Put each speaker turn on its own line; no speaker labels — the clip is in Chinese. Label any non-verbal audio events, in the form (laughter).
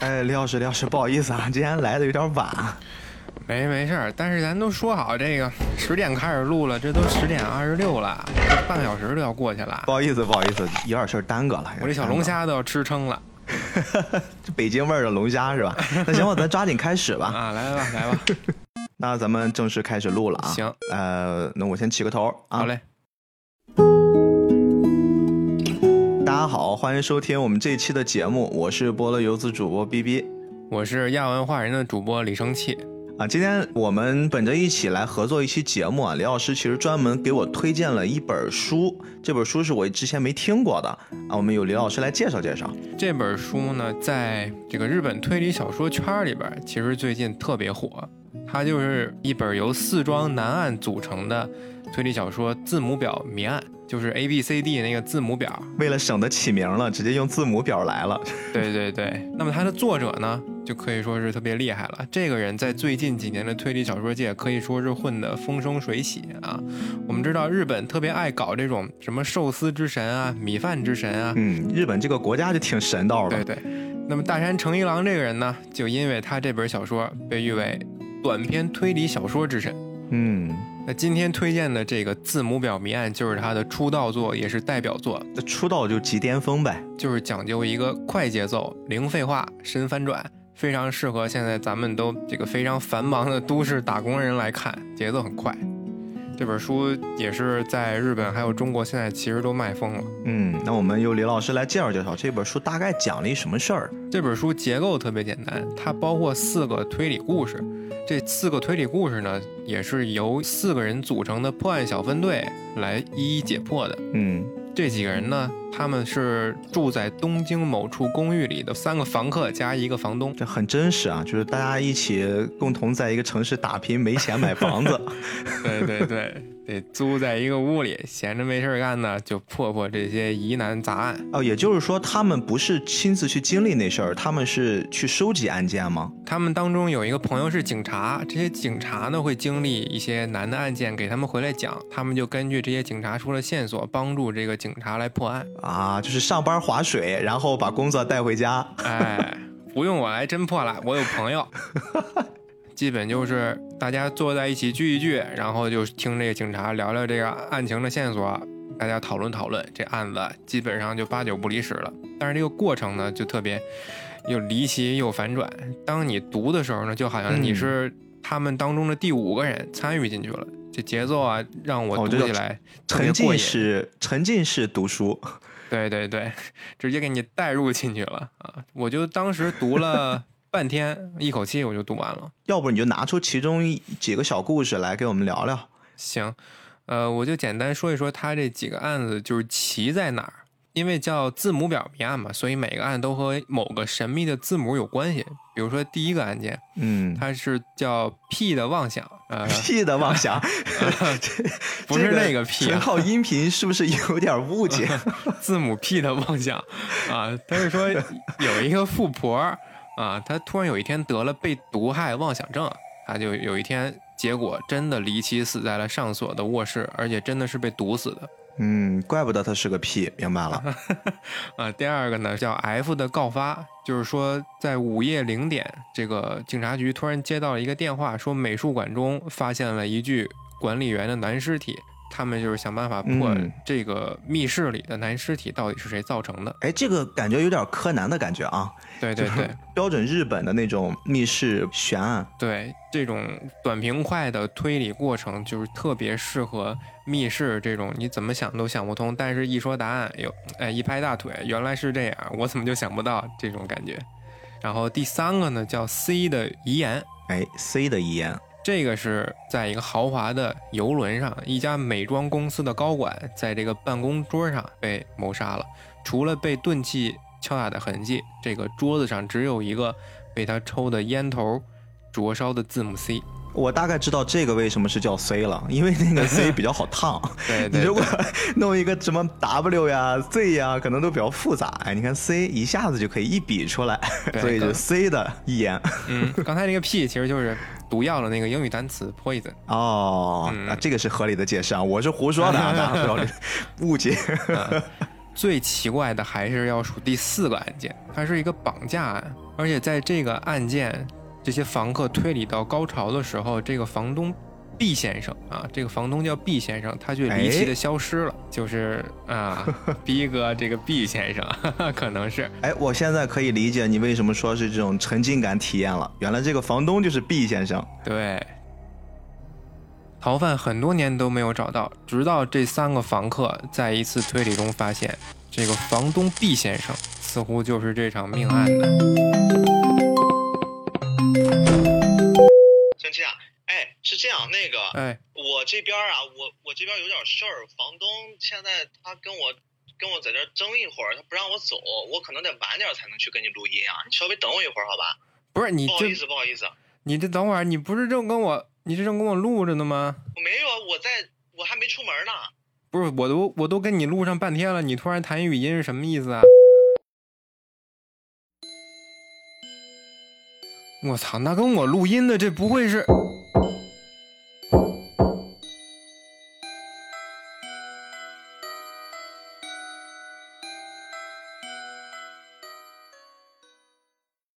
哎，李老师，李老师，不好意思啊，今天来的有点晚。啊
没没事儿，但是咱都说好这个十点开始录了，这都十点二十六了，这半个小时都要过去了
不。好意思，不好意思，有点事儿耽搁了。
我这小龙虾都要吃撑了
有点耽搁了，这北京味儿的龙虾是吧？那
(laughs)
行吧，咱抓紧开始吧。
啊！来吧来吧，
那咱们正式开始录 (laughs) 了啊。
行。
呃，那我先起个头啊。
好。嘞，
大家好，欢迎收听我们这一期的节目，我是菠萝游子主播 B B。
我是亚文化人的主播李生气。
啊，今天我们本着一起来合作一期节目啊，李老师其实专门给我推荐了一本书，这本书是我之前没听过的啊，我们有李老师来介绍介绍。
这本书呢，在这个日本推理小说圈里边，其实最近特别火。它就是一本由四桩难案组成的推理小说字母表谜案，就是 A B C D 那个字母表。
为了省得起名了，直接用字母表来了。
对对对，那么它的作者呢，就可以说是特别厉害了。这个人在最近几年的推理小说界可以说是混得风生水起啊。我们知道日本特别爱搞这种什么寿司之神啊、米饭之神啊，
嗯，日本这个国家就挺神道
对
的。
对。那么大山诚一郎这个人呢，就因为他这本小说被誉为短篇推理小说之神。
嗯，
那今天推荐的这个字母表谜案就是他的出道作，也是代表作，
那出道就极巅峰呗。
就是讲究一个快节奏、零废话、神反转，非常适合现在咱们都这个非常繁忙的都市打工人来看，节奏很快。这本书也是在日本还有中国现在其实都卖疯了。
嗯，那我们由李老师来介绍介绍这本书大概讲了一什么事儿。
这本书结构特别简单，它包括四个推理故事。这四个推理故事呢，也是由四个人组成的破案小分队来一一解破的。
嗯
这几个人呢，他们是住在东京某处公寓里的三个房客加一个房东。
这很真实啊，就是大家一起共同在一个城市打拼，没钱买房
(laughs)
子。
对对对，得租在一个屋里，闲着没事儿干呢，就破破这些疑难杂案。
哦，也就是说，他们不是亲自去经历那事儿，他们是去收集案件吗？
他们当中有一个朋友是警察，这些警察呢会经历一些难的案件，给他们回来讲，他们就根据这些警察出的线索，帮助这个警察来破案。
啊，就是上班划水，然后把工作带回家。
哎，不用我来侦破了，我有
(laughs)
朋友。基本就是大家坐在一起聚一聚，然后就听这个警察聊聊这个案情的线索，大家讨论讨论这案子，基本上就八九不离十了。但是这个过程呢，就特别又离奇又反转。当你读的时候呢，就好像你
嗯
是他们当中的第五个人参与进去了，这节奏啊，让我
哦
读
这叫
起来特
沉
别过
浸
瘾。
式沉浸式读书，
对对对，直接给你带入进去了啊！我就当时读了半天，一口气我就读完了。
要不你就拿出其中一几个小故事来给我们聊聊。
行，呃，我就简单说一说他这几个案子就是奇在哪儿。因为叫字母表谜案嘛，所以每个案都和某个神秘的字母有关系。比如说第一个案件，
嗯，
它是叫 P 的妄想，呃，
(laughs) 屁的妄想，
(laughs) 不是
这
那个 P
纯
啊，
靠音频是不是有点误
(laughs)
解？
字母 P 的妄想啊，他是说有一个富婆啊，她突然有一天得了被毒害妄想症，她就有一天结果真的离奇死在了上锁的卧室，而且真的是被毒死的
嗯，怪不得他是个屁，明白
(laughs)
了。
啊。第二个呢叫 F 的告发，就是说在午夜零点，这个警察局突然接到了一个电话，说美术馆中发现了一具管理员的男尸体。他们就是想办法破
嗯
这个密室里的男尸体到底是谁造成的。
哎，这个感觉有点柯南的感觉啊，
对对对，
标准日本的那种密室悬案。
对这种短平快的推理过程，就是特别适合密室这种，你怎么想都想不通，但是一说答案，有哎一拍大腿，原来是这样，我怎么就想不到这种感觉。然后第三个呢，叫 C 的遗言，
哎，C 的遗言，
这个是在一个豪华的游轮上，一家美妆公司的高管在这个办公桌上被谋杀了。除了被钝器敲打的痕迹，这个桌子上只有一个被他抽的烟头灼烧的字母 C。
我大概知道这个为什么是叫 C 了，因为
(laughs)
那个 C 比较好烫。
对
你
对
如果弄一个什么 W 呀、Z 呀，可能都比较复杂。哎，你看 C 一下子就可以一比出来，
对
所以就
刚
C 的一眼。 (laughs)
嗯，刚才那个 P 其实就是毒药的那个英语单词 poison。
哦，
嗯
啊，这个是合理的解释啊，我是胡说的啊，大家不要误解。
嗯最奇怪的还是要数第四个案件，它是一个绑架案，而且在这个案件，这些房客推理到高潮的时候，这个房东 B 先生啊，这个房东叫 B 先生，他却离奇
哎
的消失了，就是
(laughs)
啊逼哥这个 B 先生， (laughs) 可能是
哎，我现在可以理解你为什么说是这种沉浸感体验了。原来这个房东就是 B 先生，
对，逃犯很多年都没有找到，直到这三个房客在一次推理中发现，这个房东 B 先生似乎就是这场命案的。
前妻啊，哎，是这样，那个、
哎，
我这边啊，我我这边有点事儿，房东现在他跟我跟我在这儿争一会儿，他不让我走，我可能得晚点才能去跟你录音啊，你稍微等我一会儿好吧？
不是你
不好意
这
思，不好意思，啊
你这等会儿，你不是正跟我你是正跟我录着呢吗？
我没有，啊，我在我还没出门呢。
不是，我都我都跟你录上半天了，你突然弹语音是什么意思啊？我操，那跟我录音的这不会是？